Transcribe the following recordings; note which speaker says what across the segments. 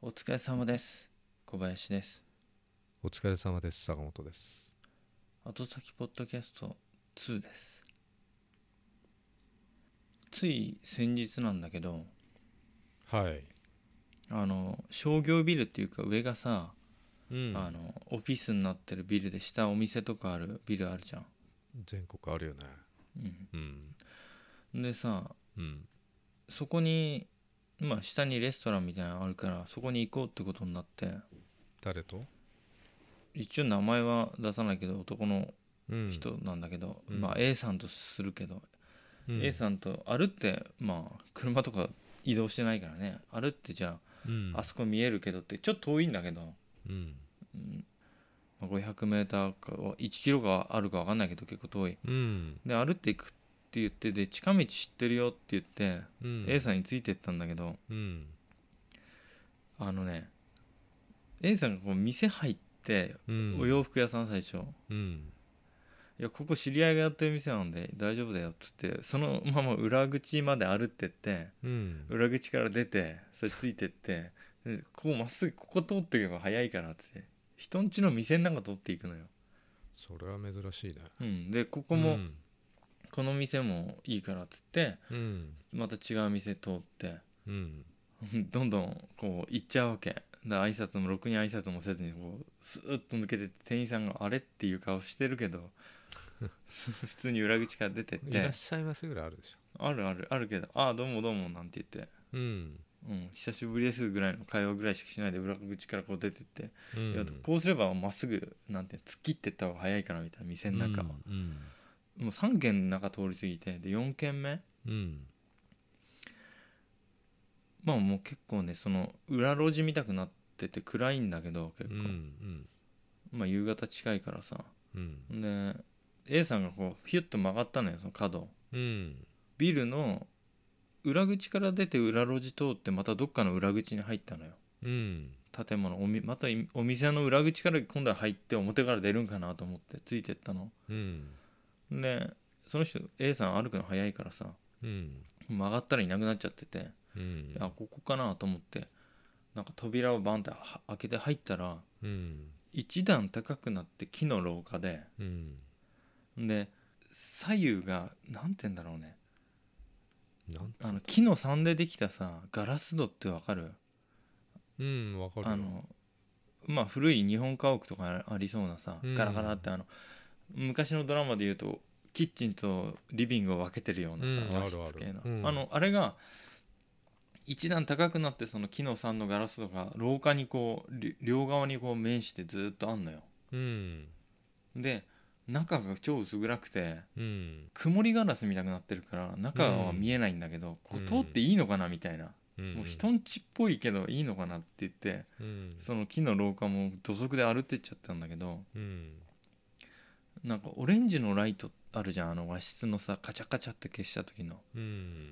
Speaker 1: お疲れ様です。小林です。
Speaker 2: お疲れ様です。坂本です。
Speaker 1: 後先ポッドキャスト2です。つい先日なんだけど、
Speaker 2: はい。
Speaker 1: あの商業ビルっていうか上がさ、
Speaker 2: うん
Speaker 1: あのオフィスになってるビルで下お店とかあるビルあるじゃん。
Speaker 2: 全国あるよね。うん。
Speaker 1: うん、でさ
Speaker 2: うん。
Speaker 1: そこにまあ下にレストランみたいなのあるからそこに行こうってことになって
Speaker 2: 誰と
Speaker 1: 一応名前は出さないけど男の
Speaker 2: うん
Speaker 1: 人なんだけど、
Speaker 2: うん
Speaker 1: まあ A さんとするけど、
Speaker 2: うん
Speaker 1: A さんと歩ってまあ車とか移動してないからね歩ってじゃ
Speaker 2: うん
Speaker 1: ああそこ見えるけどってちょっと遠いんだけど、
Speaker 2: うん。
Speaker 1: うんまあ、500m か1キロがあるか分かんないけど結構遠い
Speaker 2: うん。
Speaker 1: で歩っていくって言ってで近道知ってるよって言って、
Speaker 2: うん。
Speaker 1: A さんについてったんだけど
Speaker 2: うん。
Speaker 1: あのね A さんがこう店入って
Speaker 2: うん。
Speaker 1: お洋服屋さん最初、
Speaker 2: うん。
Speaker 1: いやここ知り合いがやってる店なんで大丈夫だよっつってそのまま裏口まで歩ってって
Speaker 2: うん。
Speaker 1: 裏口から出てそれついてってでここまっすぐここ通っていけば早いからっつって人んちの店の中通っていくのよ、
Speaker 2: それは珍しいね。
Speaker 1: うん、でこ
Speaker 2: こ
Speaker 1: こも、この店もいいからっつって
Speaker 2: うん。
Speaker 1: また違う店通って
Speaker 2: うん。
Speaker 1: どんどんこう行っちゃうわけで挨拶もろくに挨拶もせずにこうスーッと抜けてって店員さんが「あれ?」っていう顔してるけど 普通に裏口から出てっ
Speaker 2: いら
Speaker 1: て
Speaker 2: っしゃいますぐらいあるでしょ。
Speaker 1: あるあるあるけど「ああどうもどうも」なんて言って、
Speaker 2: うん。
Speaker 1: うん「久しぶりです」ぐらいの会話ぐらいしかしないで裏口からこう出てって、
Speaker 2: う
Speaker 1: いや
Speaker 2: ん。
Speaker 1: こうすればまっすぐなんて突っ切ってった方が早いからみたいな店の中は、
Speaker 2: うん。
Speaker 1: もう3軒の中通り過ぎてで4軒目
Speaker 2: うん。
Speaker 1: まあもう結構ねその裏路地見たくなってて暗いんだけど結
Speaker 2: う
Speaker 1: 構、
Speaker 2: ん。
Speaker 1: まあ夕方近いからさ
Speaker 2: うん。
Speaker 1: で A さんがこうヒュッと曲がったのよその角を
Speaker 2: うん。
Speaker 1: ビルの裏口から出て裏路地通ってまたどっかの裏口に入ったのよ
Speaker 2: うん。
Speaker 1: 建物おみまたいお店の裏口から今度は入って表から出るんかなと思ってついてったの
Speaker 2: うん。
Speaker 1: でその人 A さん歩くの早いからさ
Speaker 2: うん。
Speaker 1: 曲がったらいなくなっちゃってて
Speaker 2: うん。
Speaker 1: あここかなと思ってなんか扉をバンっては開けて入ったら
Speaker 2: うん。
Speaker 1: 一段高くなって木の廊下で
Speaker 2: うん。
Speaker 1: で左右が何て言うんだろうね
Speaker 2: なん
Speaker 1: あ
Speaker 2: つう
Speaker 1: の
Speaker 2: の
Speaker 1: 木の桟でできたさガラス戸ってわかる
Speaker 2: うん、わかるよ。
Speaker 1: あのまあ古い日本家屋とかありそうなさ
Speaker 2: うん
Speaker 1: ガラガラってあの昔のドラマで言うとキッチンとリビングを分けてるような
Speaker 2: うん
Speaker 1: さ和室
Speaker 2: あるある
Speaker 1: 系の
Speaker 2: うん
Speaker 1: あのあれが一段高くなってその木の桟のガラス戸が廊下にこうり両側にこう面してずっとあんのよ
Speaker 2: うん。
Speaker 1: で中が超薄暗くて
Speaker 2: うん。
Speaker 1: 曇りガラスみたくなってるから中は見えないんだけど、ここ通っていいのかなみたいな、も
Speaker 2: も
Speaker 1: う人んちっぽいけどいいのかなって言って
Speaker 2: うん
Speaker 1: その木の廊下も土足で歩ってっちゃったんだけど
Speaker 2: うん
Speaker 1: なんかオレンジのライトあるじゃんあの和室のさカチャカチャって消した時の
Speaker 2: うん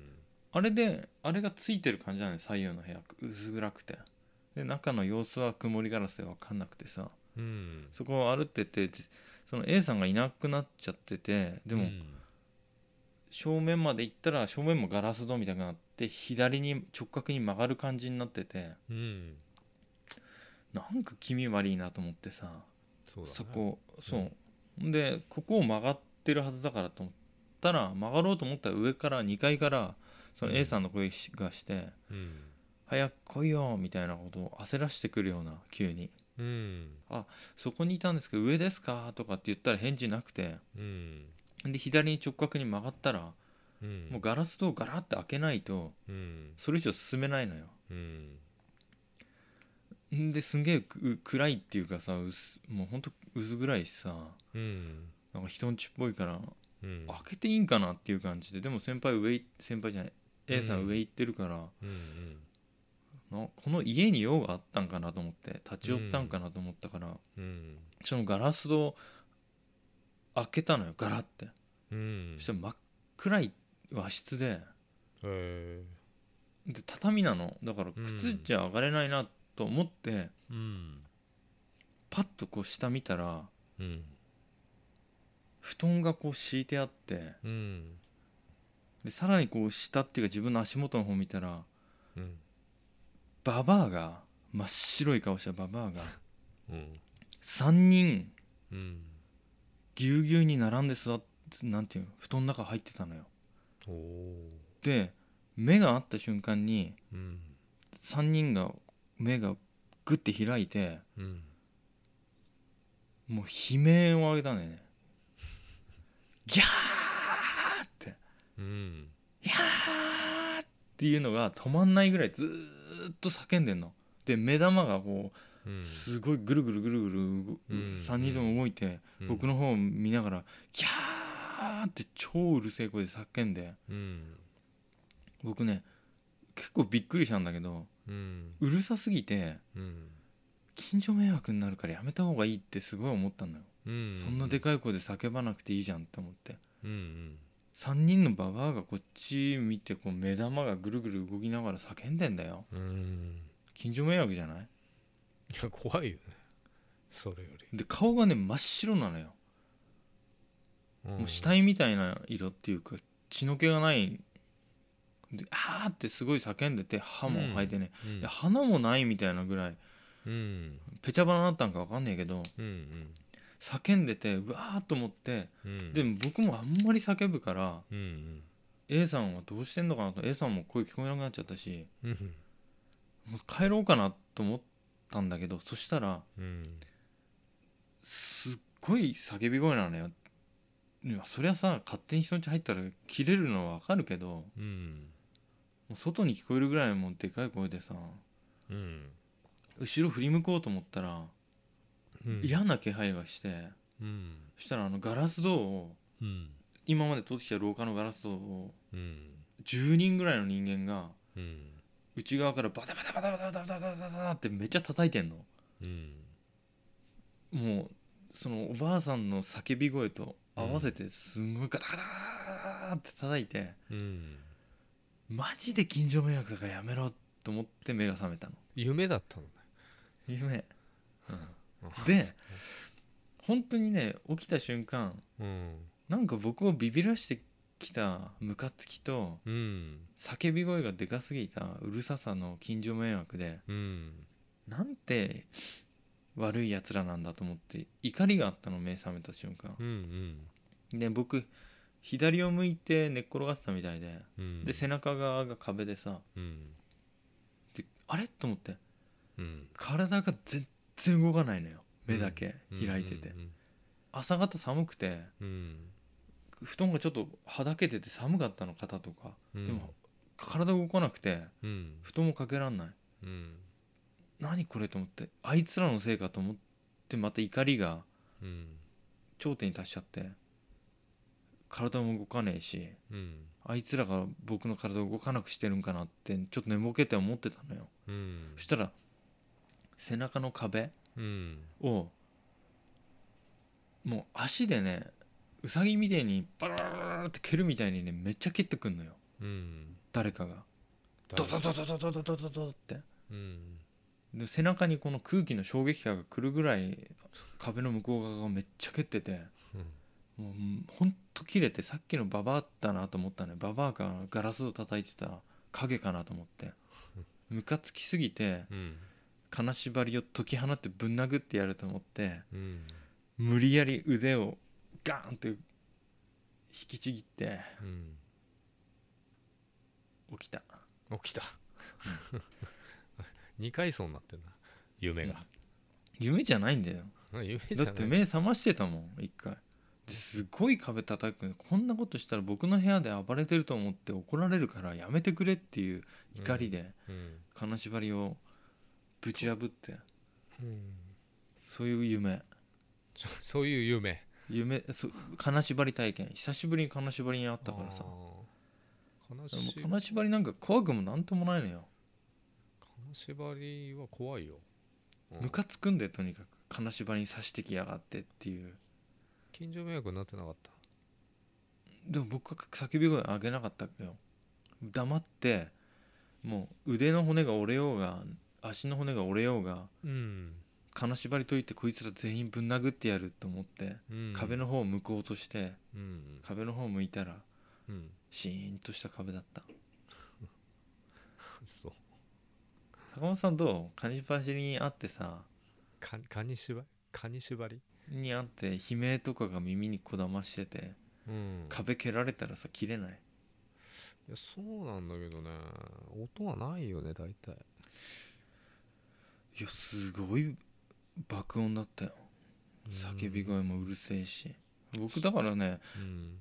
Speaker 1: あれであれがついてる感じなのよ左右の部屋薄暗くてで中の様子は曇りガラスで分かんなくてさ
Speaker 2: うん
Speaker 1: そこを歩っててその A さんがいなくなっちゃっててでも、
Speaker 2: うん
Speaker 1: 正面まで行ったら正面もガラス戸みたいになって左に直角に曲がる感じになってて
Speaker 2: うん
Speaker 1: なんか気味悪いなと思ってさ
Speaker 2: そうだね
Speaker 1: そこそう、でここを曲がってるはずだからと思ったら曲がろうと思ったら上から2階からその
Speaker 2: うん
Speaker 1: A さんの声がして「
Speaker 2: うん
Speaker 1: 早く来いよ」みたいなことを焦らしてくるような急に
Speaker 2: うん
Speaker 1: 「そこにいたんですけど上ですか?」とかって言ったら返事なくて
Speaker 2: うん
Speaker 1: で左に直角に曲がったら
Speaker 2: うん
Speaker 1: もうガラス戸をガラッて開けないと
Speaker 2: うん
Speaker 1: それ以上進めないのよ
Speaker 2: うん
Speaker 1: んですんげえく暗いっていうかさ薄もうほんと薄暗いしさ
Speaker 2: うん
Speaker 1: なんか人んちっぽいから
Speaker 2: うん
Speaker 1: 開けていいんかなっていう感じででも先輩上い先輩じゃない A さん
Speaker 2: うん
Speaker 1: 上行ってるから、
Speaker 2: うん
Speaker 1: なこの家に用があったんかなと思って立ち寄ったんかなと思ったから、
Speaker 2: うん
Speaker 1: そのガラス戸を開けたのよガラって
Speaker 2: うん
Speaker 1: そしたら真っ暗い和室で
Speaker 2: へ
Speaker 1: で畳なのだから靴じゃ上がれないなと思って、
Speaker 2: ーうん
Speaker 1: パッとこう下見たら
Speaker 2: うん
Speaker 1: 布団がこう敷いてあって。
Speaker 2: うん
Speaker 1: でさらにこう下っていうか自分の足元の方見たら
Speaker 2: うん
Speaker 1: ババアが真っ白い顔したババアが
Speaker 2: うん
Speaker 1: 3人
Speaker 2: うん
Speaker 1: ぎゅうぎゅうに並んで座ってなんていうの布団の中入ってたのよ
Speaker 2: おー
Speaker 1: で目が合った瞬間に
Speaker 2: うん
Speaker 1: 3人が目がグッて開いて
Speaker 2: うん
Speaker 1: もう悲鳴を上げたんだよねギャーって
Speaker 2: うん
Speaker 1: ギャーっていうのが止まんないぐらいずーっと叫んでんので目玉がこ
Speaker 2: う
Speaker 1: うんすごいぐるぐるぐるぐる
Speaker 2: うん
Speaker 1: 3人とも動いて
Speaker 2: うん
Speaker 1: 僕の方を見ながらギャーって超うるせえ声で叫んで
Speaker 2: うん
Speaker 1: 僕ね結構びっくりしたんだけど
Speaker 2: うん
Speaker 1: うるさすぎて
Speaker 2: うん
Speaker 1: 近所迷惑になるからやめた方がいいってすごい思ったのよ、
Speaker 2: うん
Speaker 1: そんなでかい声で叫ばなくていいじゃんって思って
Speaker 2: うんうん
Speaker 1: 3人のババアがこっち見てこう目玉がぐるぐる動きながら叫んでんだよ
Speaker 2: うん
Speaker 1: 近所迷惑じゃない
Speaker 2: いや怖いよねそれより
Speaker 1: で顔がね真っ白なのよ、もう死体みたいな色っていうか血の気がないであーってすごい叫んでて歯も生えてね、
Speaker 2: うん
Speaker 1: で鼻もないみたいなぐらい
Speaker 2: うん
Speaker 1: ぺちゃばなだったんか分かんないけど
Speaker 2: うん
Speaker 1: 叫んでてうわーっと思って
Speaker 2: うん
Speaker 1: でも僕もあんまり叫ぶから
Speaker 2: うん
Speaker 1: A さんはどうしてんのかなと A さんも声聞こえなくなっちゃったし
Speaker 2: うんうん
Speaker 1: もう帰ろうかなと思ったんだけどそしたら
Speaker 2: うん
Speaker 1: すっごい叫び声なのよいやそりゃさ勝手に人ん家入ったら切れるのはわかるけど
Speaker 2: うん
Speaker 1: もう外に聞こえるぐらいもうでかい声でさ
Speaker 2: うん
Speaker 1: 後ろ振り向こうと思ったら
Speaker 2: うん
Speaker 1: 嫌な気配がして
Speaker 2: うん
Speaker 1: そしたらあのガラス戸を
Speaker 2: うん
Speaker 1: 今まで通ってきた廊下のガラス戸を
Speaker 2: うん
Speaker 1: 10人ぐらいの人間が
Speaker 2: うん
Speaker 1: 内側からバタバタバタバタバタバタバタバタってめっちゃ叩いてんの
Speaker 2: うん
Speaker 1: もうそのおばあさんの叫び声と合わせてすんごいガタガタガタって叩いて
Speaker 2: うん
Speaker 1: マジで近所迷惑だからやめろと思って目が覚めたの
Speaker 2: 夢だったのね
Speaker 1: 夢で本当にね起きた瞬間
Speaker 2: うん
Speaker 1: なんか僕をビビらしてきたムカつきと
Speaker 2: うん
Speaker 1: 叫び声がでかすぎたうるささの近所迷惑で
Speaker 2: うん
Speaker 1: なんて悪いやつらなんだと思って怒りがあったの目覚めた瞬間
Speaker 2: うんうん
Speaker 1: で僕左を向いて寝っ転がってたみたいで
Speaker 2: うん
Speaker 1: で背中側が壁でさ
Speaker 2: うん
Speaker 1: であれと思って
Speaker 2: うん
Speaker 1: 体が全然動かないのよ目だけ開いてて、
Speaker 2: うん
Speaker 1: 朝方寒くて
Speaker 2: うん
Speaker 1: 布団がちょっとはだけてて寒かったの肩とか
Speaker 2: うん
Speaker 1: でも体動かなくて
Speaker 2: うん
Speaker 1: 布団もかけらんない
Speaker 2: うん
Speaker 1: 何これと思ってあいつらのせいかと思ってまた怒りが
Speaker 2: うん
Speaker 1: 頂点に達しちゃって体も動かねえし
Speaker 2: うん
Speaker 1: あいつらが僕の体を動かなくしてるんかなってちょっと寝ぼけて思ってたのよ
Speaker 2: うん
Speaker 1: そしたら背中の壁
Speaker 2: うん
Speaker 1: をもう足でねウサギみたいにバラバラバラって蹴るみたいにねめっちゃ蹴ってくんのよ
Speaker 2: うん
Speaker 1: 誰かがドドドドドドドドドドって
Speaker 2: うん
Speaker 1: で背中にこの空気の衝撃波が来るぐらい壁の向こう側がめっちゃ蹴ってて
Speaker 2: うん
Speaker 1: もうほんと切れてさっきのババアだなと思ったねババアがガラスを叩いてた影かなと思っ てムカつきすぎて
Speaker 2: うん
Speaker 1: 金縛りを解き放ってぶん殴ってやると思って
Speaker 2: うん
Speaker 1: 無理やり腕をガーンって引きちぎって
Speaker 2: うん
Speaker 1: 起きた
Speaker 2: 起きた二回そうになってんな夢が、
Speaker 1: 夢じゃないんだよ
Speaker 2: うん、夢じゃ
Speaker 1: だ
Speaker 2: な
Speaker 1: っ
Speaker 2: い
Speaker 1: て目覚ましてたもん一回ですごい壁叩くこんなことしたら僕の部屋で暴れてると思って怒られるからやめてくれっていう怒りで
Speaker 2: うん
Speaker 1: 金縛りをぶち破って
Speaker 2: うん、
Speaker 1: そういう夢
Speaker 2: そそういう夢
Speaker 1: 夢そ金縛り体験久しぶりに金縛りに会ったからさも
Speaker 2: あー悲
Speaker 1: う
Speaker 2: しい
Speaker 1: 金縛りなんか怖くもなんともないのよ
Speaker 2: 金縛りは怖いよ、うん
Speaker 1: ムカつくんでとにかく金縛りに刺してきやがってっていう
Speaker 2: 近所迷惑になってなかった
Speaker 1: でも僕は叫び声上げなかったっけよ黙ってもう腕の骨が折れようが足の骨が折れようが
Speaker 2: うん、
Speaker 1: 金縛りといってこいつら全員ぶん殴ってやると思って、
Speaker 2: うん、
Speaker 1: 壁の方を向こうとして
Speaker 2: うん
Speaker 1: 壁の方向いたら
Speaker 2: うん、うん、
Speaker 1: シーンとした壁だった
Speaker 2: そう
Speaker 1: 坂本さんどう金縛りに会ってさ
Speaker 2: かカニ縛りカニ縛り
Speaker 1: に会って悲鳴とかが耳にこだましてて
Speaker 2: うん
Speaker 1: 壁蹴られたらさ切れない
Speaker 2: いやそうなんだけどね音はないよね大体
Speaker 1: いやすごい爆音だったよ叫び、声もうるせえし僕だからね
Speaker 2: うん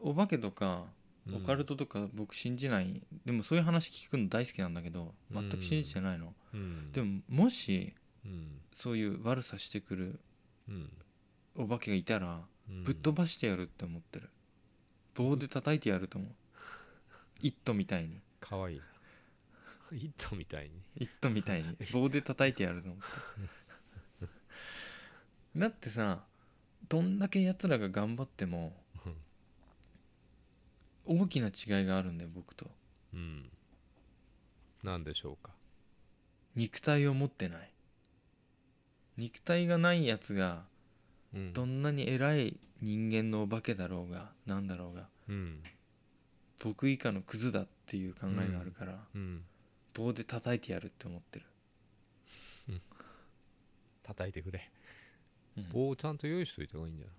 Speaker 1: お化けとか
Speaker 2: うん
Speaker 1: オカルトとか僕信じない、でもそういう話聞くの大好きなんだけど全く信じてないの、
Speaker 2: うん、
Speaker 1: でももし
Speaker 2: うん
Speaker 1: そういう悪さしてくる
Speaker 2: うん
Speaker 1: お化けがいたら
Speaker 2: うん
Speaker 1: ぶっ飛ばしてやるって思ってる棒で叩いてやると思う「イット!」みたいに
Speaker 2: かわいい なイットみたいに
Speaker 1: 「イット!」みたい に棒で叩いてやると思ってだってさどんだけやつらが頑張っても大きな違いがあるんだよ僕と
Speaker 2: うんなんでしょうか
Speaker 1: 肉体を持ってない肉体がないやつが
Speaker 2: うん
Speaker 1: どんなに偉い人間のお化けだろうがなんだろうが
Speaker 2: うん
Speaker 1: 僕以下のクズだっていう考えがあるから、
Speaker 2: うん
Speaker 1: 棒で叩いてやるって思ってる、
Speaker 2: 叩いてくれ
Speaker 1: うん
Speaker 2: 棒をちゃんと用意しといた方がいいんじゃない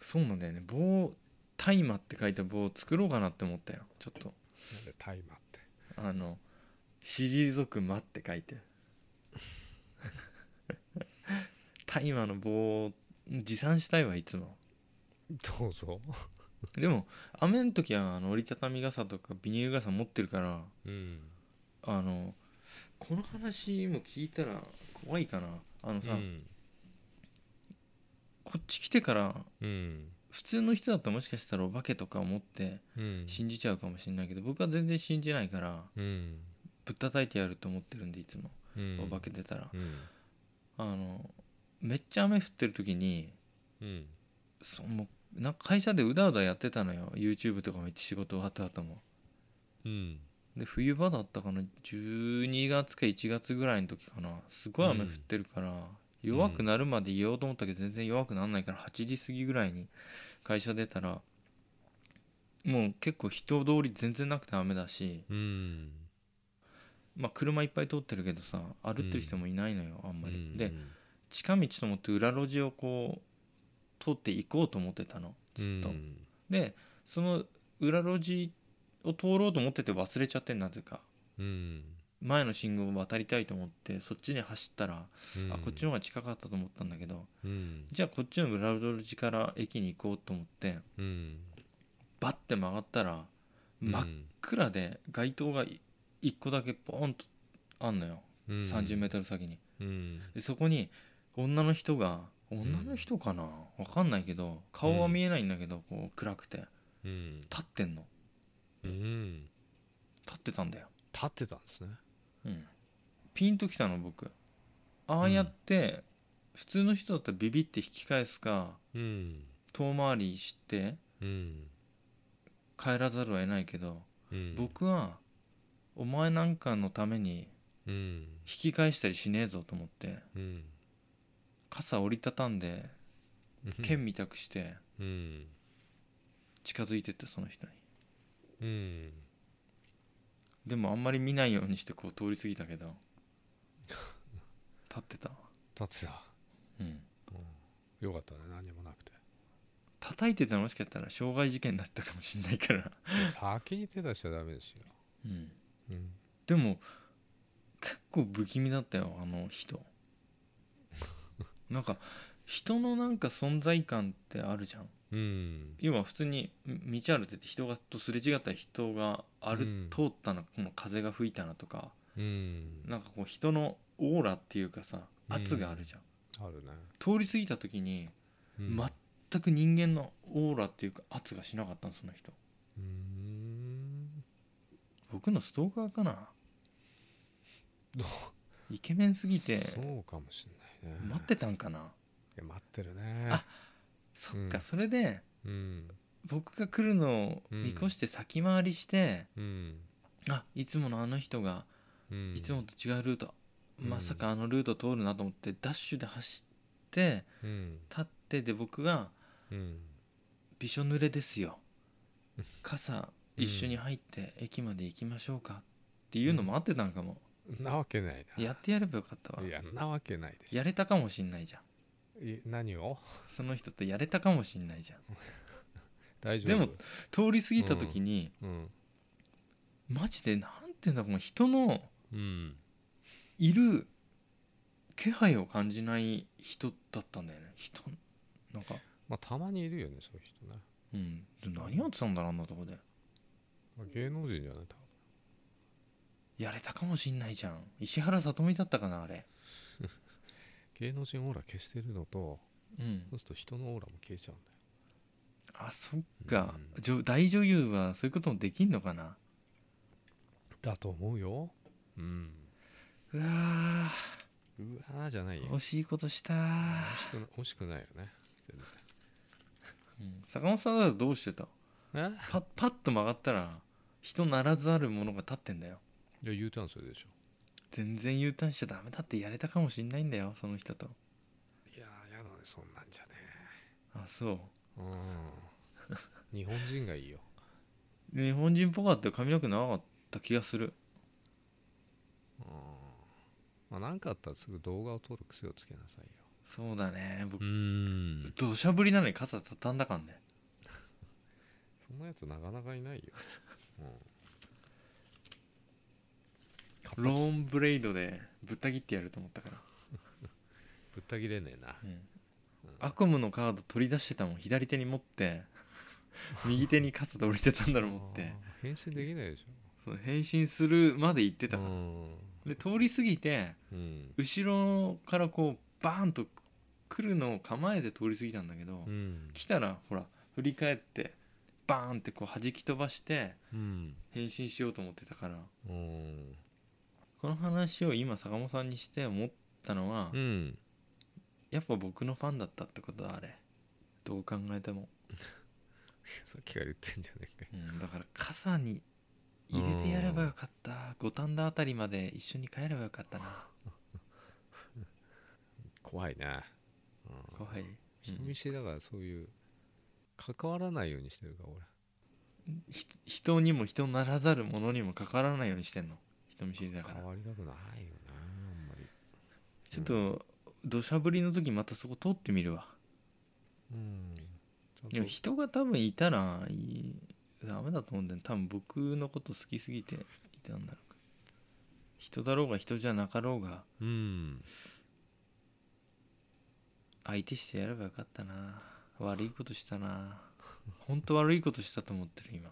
Speaker 1: そうなんだよね棒大麻って書いた棒を作ろうかなって思ったよちょっと
Speaker 2: なんでタイマーって
Speaker 1: あの「退く間」って書いて大麻の棒を持参したいわいつも
Speaker 2: どうぞ
Speaker 1: でも雨の時はあの折りたたみ傘とかビニール傘持ってるから
Speaker 2: うん
Speaker 1: あのこの話も聞いたら怖いかなあの
Speaker 2: う
Speaker 1: さ、
Speaker 2: ん
Speaker 1: こっち来てから
Speaker 2: うん
Speaker 1: 普通の人だったらもしかしたらお化けとか思って
Speaker 2: うん
Speaker 1: 信じちゃうかもしれないけど僕は全然信じないから
Speaker 2: うん
Speaker 1: ぶったたいてやると思ってるんでいつも
Speaker 2: うん
Speaker 1: お化け出たら、
Speaker 2: うん
Speaker 1: あのめっちゃ雨降ってる時に
Speaker 2: うん
Speaker 1: そもうなんか会社でうだうだやってたのよ YouTube とかも一仕事終わった後も
Speaker 2: うん
Speaker 1: で冬場だったかな12月か1月ぐらいの時かなすごい雨降ってるから、弱くなるまで言おうと思ったけど全然弱くならないから8時過ぎぐらいに会社出たらもう結構人通り全然なくて雨だし、
Speaker 2: うん
Speaker 1: まあ、車いっぱい通ってるけどさ歩ってる人もいないのよ、あんまり、
Speaker 2: うん
Speaker 1: で近道と思って裏路地をこう通って行こうと思ってたのずっと、
Speaker 2: うん
Speaker 1: でその裏路地を通ろうと思ってて忘れちゃってなぜか
Speaker 2: うん
Speaker 1: 前の信号を渡りたいと思ってそっちに走ったら、
Speaker 2: うん
Speaker 1: あこっちの方が近かったと思ったんだけど
Speaker 2: うん
Speaker 1: じゃあこっちの裏路地から駅に行こうと思って
Speaker 2: うん
Speaker 1: バッて曲がったら真っ暗で街灯がい一個だけポーンとあんのよ
Speaker 2: うん
Speaker 1: 3 0ル先に
Speaker 2: うん
Speaker 1: でそこに女の人が女の人かなわかんないけど顔は見えないんだけどこう暗くて
Speaker 2: うん
Speaker 1: 立ってんの
Speaker 2: うん
Speaker 1: 立ってたんだよ
Speaker 2: 立ってたんですね
Speaker 1: うん、ピンときたの僕ああやって、普通の人だったらビビって引き返すか
Speaker 2: うん
Speaker 1: 遠回りして
Speaker 2: うん
Speaker 1: 帰らざるを得ないけど、
Speaker 2: うん
Speaker 1: 僕はお前なんかのために
Speaker 2: うん
Speaker 1: 引き返したりしねえぞと思って
Speaker 2: うん
Speaker 1: 傘折りたたんで剣みたくして
Speaker 2: うん
Speaker 1: 近づいてってその人に
Speaker 2: うん
Speaker 1: でもあんまり見ないようにしてこう通り過ぎたけど立ってたわ
Speaker 2: 立ってた
Speaker 1: うん
Speaker 2: よかったね何もなくて
Speaker 1: 叩いてたらもしかしたら傷害事件だったかもしんないから、
Speaker 2: 先に手出しちゃダメですよ
Speaker 1: うん
Speaker 2: うん
Speaker 1: でも結構不気味だったよあの人なんか人のなんか存在感ってあるじゃん
Speaker 2: うん
Speaker 1: 今普通にみ道歩いてて人がとすれ違ったら人が歩、
Speaker 2: うん
Speaker 1: 通ったなこの風が吹いたなとか
Speaker 2: うん
Speaker 1: なんかこう人のオーラっていうかさ圧があるじゃん、
Speaker 2: あるね
Speaker 1: 通り過ぎた時に
Speaker 2: うん
Speaker 1: 全く人間のオーラっていうか圧がしなかったのその人
Speaker 2: うん
Speaker 1: 僕のストーカーかな
Speaker 2: ど
Speaker 1: イケメンすぎて
Speaker 2: そうかもしんないね
Speaker 1: 待ってたんかない
Speaker 2: や待ってるね
Speaker 1: あそっか、
Speaker 2: うん
Speaker 1: それで
Speaker 2: うん
Speaker 1: 僕が来るのを見越して先回りして、
Speaker 2: うん
Speaker 1: あいつものあの人が
Speaker 2: うん
Speaker 1: いつもと違うルート、
Speaker 2: うん
Speaker 1: まさかあのルート通るなと思ってダッシュで走って
Speaker 2: うん
Speaker 1: 立ってで僕が
Speaker 2: うん
Speaker 1: 「びしょ濡れですよ傘
Speaker 2: うん
Speaker 1: 一緒に入って駅まで行きましょうか」ってっていうのもあってたんかも、
Speaker 2: なわけないな。
Speaker 1: やってやればよかったわ
Speaker 2: いや、なわけないでしょ。
Speaker 1: やれたかもしんないじゃん
Speaker 2: い何を
Speaker 1: その人とやれたかもしんないじゃん
Speaker 2: 大丈夫
Speaker 1: でも、通り過ぎた時に、
Speaker 2: うん。
Speaker 1: マジでなんていうんだこの人の
Speaker 2: うん。
Speaker 1: いる気配を感じない人だったんだよね人なんか
Speaker 2: まあ、たまにいるよね、そういう人ね。
Speaker 1: うんで何やってたんだろうあんなとこで
Speaker 2: まあ、芸能人じゃない、多分。
Speaker 1: やれたかもしんないじゃん石原さとみだったかなあれ
Speaker 2: 芸能人オーラ消してるのと、
Speaker 1: うん
Speaker 2: そうすると人のオーラも消えちゃうんだよ。
Speaker 1: あそっか
Speaker 2: うん
Speaker 1: 女大女優はそういうこともできんのかな
Speaker 2: だと思うよ。うん。
Speaker 1: うわ
Speaker 2: うわーじゃない
Speaker 1: ー
Speaker 2: よ。
Speaker 1: 惜しいことしたー
Speaker 2: 惜しくな惜しくないよね。全然
Speaker 1: うん坂本さんだとどうしてた
Speaker 2: え
Speaker 1: パッパッと曲がったら人ならずあるものが立ってんだよ
Speaker 2: いや U ターンするでしょ
Speaker 1: 全然 U ターンしちゃダメだってやれたかもしんないんだよその人と
Speaker 2: いやーやだねそんなんじゃね
Speaker 1: あそう
Speaker 2: うん日本人がいいよ
Speaker 1: 日本人っぽかったよ髪の毛長かった気がする
Speaker 2: うんまあ何かあったらすぐ動画を撮る癖をつけなさいよ
Speaker 1: そうだね僕
Speaker 2: ん
Speaker 1: 土砂降りなのに傘畳んだかんね
Speaker 2: そんなやつなかなかいないよ、うん、カッパ
Speaker 1: ロ
Speaker 2: 切
Speaker 1: ーンブレイドでぶった切ってやると思ったから、
Speaker 2: ぶった切れねえな
Speaker 1: うん悪夢のカード取り出してたもん左手に持って 右手に傘で降りてたんだろう思っ
Speaker 2: あ
Speaker 1: て
Speaker 2: ー変身できないでしょ
Speaker 1: そう変身するまで行ってた
Speaker 2: う
Speaker 1: から
Speaker 2: ん
Speaker 1: で通り過ぎて
Speaker 2: うん
Speaker 1: 後ろからこうバーンと来るのを構えて通り過ぎたんだけど、
Speaker 2: うん
Speaker 1: 来たらほら振り返ってバーンってこう弾き飛ばして
Speaker 2: うん
Speaker 1: 変身しようと思ってたから
Speaker 2: うん
Speaker 1: この話を今坂本さんにして思ったのは、
Speaker 2: うん
Speaker 1: やっぱ僕のファンだったってことだあれどう考えても、
Speaker 2: さっきから言ってんじゃねえかよ
Speaker 1: うん、だから傘に入れてやればよかった五反田あたりまで一緒に帰ればよかったな
Speaker 2: 怖いな、うん
Speaker 1: 怖い
Speaker 2: 人見知りだからそういう関わらないようにしてるから俺
Speaker 1: ひ人にも人ならざるものにもかからないようにしてんの人見知りだから
Speaker 2: 変わりたくないよなあんまり
Speaker 1: ちょっと土砂降りの時またそこ通ってみるわ
Speaker 2: うんち
Speaker 1: で
Speaker 2: ゃ
Speaker 1: も
Speaker 2: んと
Speaker 1: 人が多分いたらいいダメだと思うんだよね多分僕のこと好きすぎていたんだろうから人だろうが人じゃなかろうが
Speaker 2: うん
Speaker 1: 相手してやればよかったな悪いことしたな本当悪いことしたと思ってる今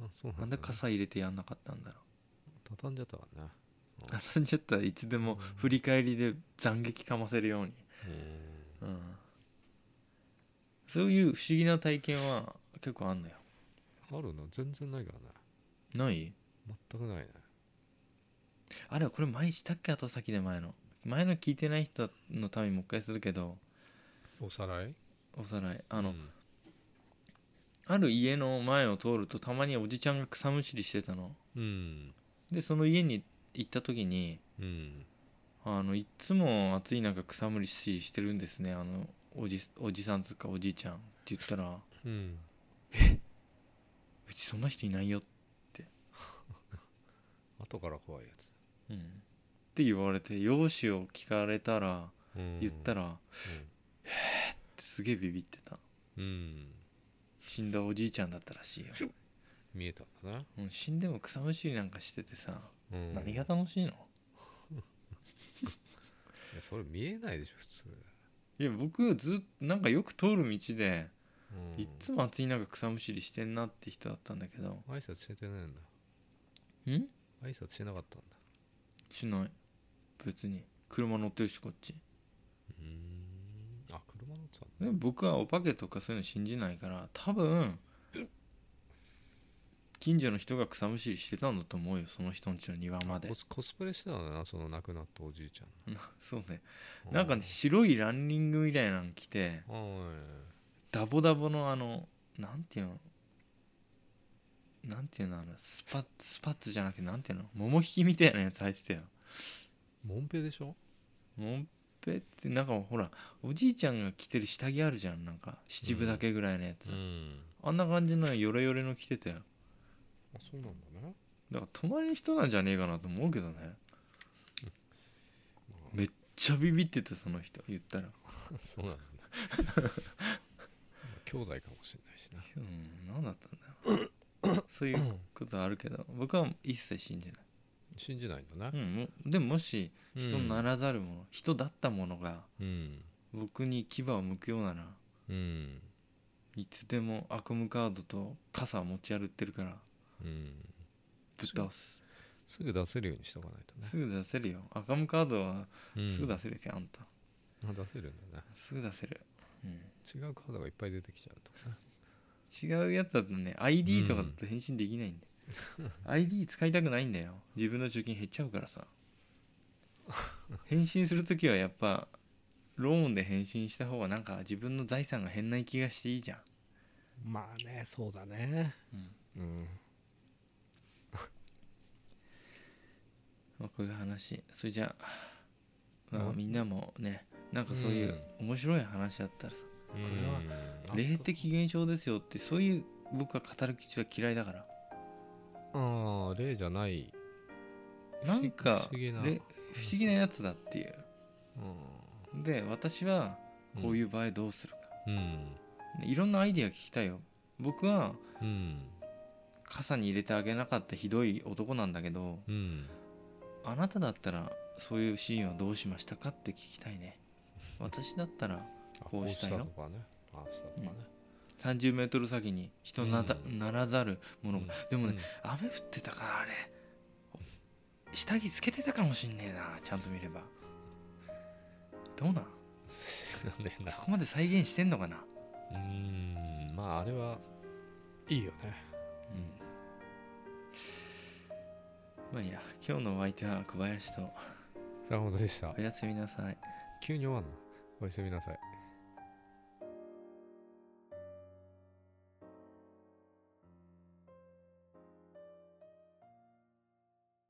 Speaker 2: あそうな
Speaker 1: なん
Speaker 2: ん
Speaker 1: で
Speaker 2: だ、ね、
Speaker 1: 傘入れてやんなかったんだろ
Speaker 2: 畳んじゃったからね
Speaker 1: う畳んじゃったらいつでも振り返りで斬撃かませるように
Speaker 2: うん
Speaker 1: うんそういう不思議な体験は結構あんのよ
Speaker 2: あるの全然ないからね
Speaker 1: ない
Speaker 2: 全くないね
Speaker 1: あれはこれ前したっけ後先で前の前の聞いてない人のためにもう一回するけど
Speaker 2: おさらい
Speaker 1: おさらいあ
Speaker 2: あ
Speaker 1: の、
Speaker 2: うん
Speaker 1: ある家の前を通るとたまにおじちゃんが草むしりしてたの
Speaker 2: うん、
Speaker 1: でその家に行った時に
Speaker 2: うん、
Speaker 1: あのいつも暑い中草むしりしてるんですねあのおじおじさんつうかおじいちゃんって言ったら
Speaker 2: うん
Speaker 1: うちそんな人いないよ、
Speaker 2: 後から怖いやつ、
Speaker 1: うん、って言われて容姿を聞かれたら
Speaker 2: うん、
Speaker 1: 言った
Speaker 2: ら
Speaker 1: らってすげえビビってた
Speaker 2: うん、
Speaker 1: 死んだおじいちゃんだったらしいよ
Speaker 2: 見えたんだな、
Speaker 1: もう死んでも草むしりなんかしててさ
Speaker 2: うん、
Speaker 1: 何
Speaker 2: い
Speaker 1: が楽しいの
Speaker 2: やそれ見えないでしょ普通、
Speaker 1: いや僕ずっとなんかよく通る道で
Speaker 2: うん、
Speaker 1: いっつも暑い中草むしりしてんなって人だったんだけど
Speaker 2: 挨拶してないんだ
Speaker 1: ん
Speaker 2: 挨拶しなかったんだ
Speaker 1: しない別に車乗ってるしこっち
Speaker 2: うーんあ車乗ってたんだ
Speaker 1: で僕はお化けとかそういうの信じないから多分近所の人が草むしりしてたんだと思うよその人んちの庭まで
Speaker 2: コスコスプレしてたのなその亡くなったおじいちゃん
Speaker 1: そうね
Speaker 2: の
Speaker 1: なんかね白いランニングみたいなの着て
Speaker 2: うんはい
Speaker 1: ダボダボのあのなんていうのなんていうのあのスパスパッツじゃなくてなんていうの桃引きみたいなやつ履いてたよ
Speaker 2: モンペでしょ
Speaker 1: もんぺってなんかほらおじいちゃんが着てる下着あるじゃんなんか七分だけぐらいのやつ、
Speaker 2: ん
Speaker 1: あんな感じのヨレヨレの着てたよ
Speaker 2: あそうなんだね
Speaker 1: だから隣の人なんじゃねえかなと思うけどねめっちゃビビってたその人言ったら
Speaker 2: そう なんだ兄弟かもしれないしな
Speaker 1: うん何だったんだよそういうことあるけど僕は一切信じない
Speaker 2: 信じないんだな
Speaker 1: うんもうでももし人ならざるもの、人だったものが
Speaker 2: うん
Speaker 1: 僕に牙を向くようなら
Speaker 2: うん
Speaker 1: いつでも悪夢カードと傘を持ち歩ってるから
Speaker 2: うん
Speaker 1: ぶっ倒す
Speaker 2: すぐ出せるようにしとかないとね
Speaker 1: すぐ出せるよ悪夢カードはすぐ出せるけ、あんた
Speaker 2: うんあ出せるんだね
Speaker 1: すぐ出せる、うん、
Speaker 2: 違うカードがいっぱい出てきちゃうとかね
Speaker 1: 違うやつだとね ID とかだと返信できないんで、ID 使いたくないんだよ自分の貯金減っちゃうからさ返信する時はやっぱローンで返信した方がなんか自分の財産が減んない気がしていいじゃん
Speaker 2: まあねそうだねうん
Speaker 1: まあ、こういう話それじゃあ、まあ
Speaker 2: う、ん
Speaker 1: みんなもねなんかそういう面白い話だったらさ、
Speaker 2: これ
Speaker 1: れは霊的現象ですよってそういう僕は語る口は嫌いだから
Speaker 2: ああ霊じゃない
Speaker 1: なんか
Speaker 2: 不思議な
Speaker 1: れ不思議なやつだっていう
Speaker 2: う
Speaker 1: で私はこういう場合どうするか、
Speaker 2: ん
Speaker 1: ねいろんなアイディア聞きたいよ僕は
Speaker 2: うん
Speaker 1: 傘に入れてあげなかったひどい男なんだけど
Speaker 2: うん
Speaker 1: あなただったらそういうシーンはどうしましたかって聞きたいね私だったら
Speaker 2: あ
Speaker 1: こうしたい
Speaker 2: こ
Speaker 1: よ
Speaker 2: うとかねああしたとかね
Speaker 1: 30メートル先に人なた、
Speaker 2: うん
Speaker 1: ならざるものが、でもね、
Speaker 2: うん
Speaker 1: 雨降ってたからあれ下着つけてたかもしんねえなちゃんと見ればどうなん
Speaker 2: 知らねえな
Speaker 1: そこまで再現してんのかな、
Speaker 2: うーんまああれはいいよね
Speaker 1: まあいいや今日のお相手は小林と
Speaker 2: 坂本でした
Speaker 1: おやすみなさい
Speaker 2: 急に終わんのおやすみなさい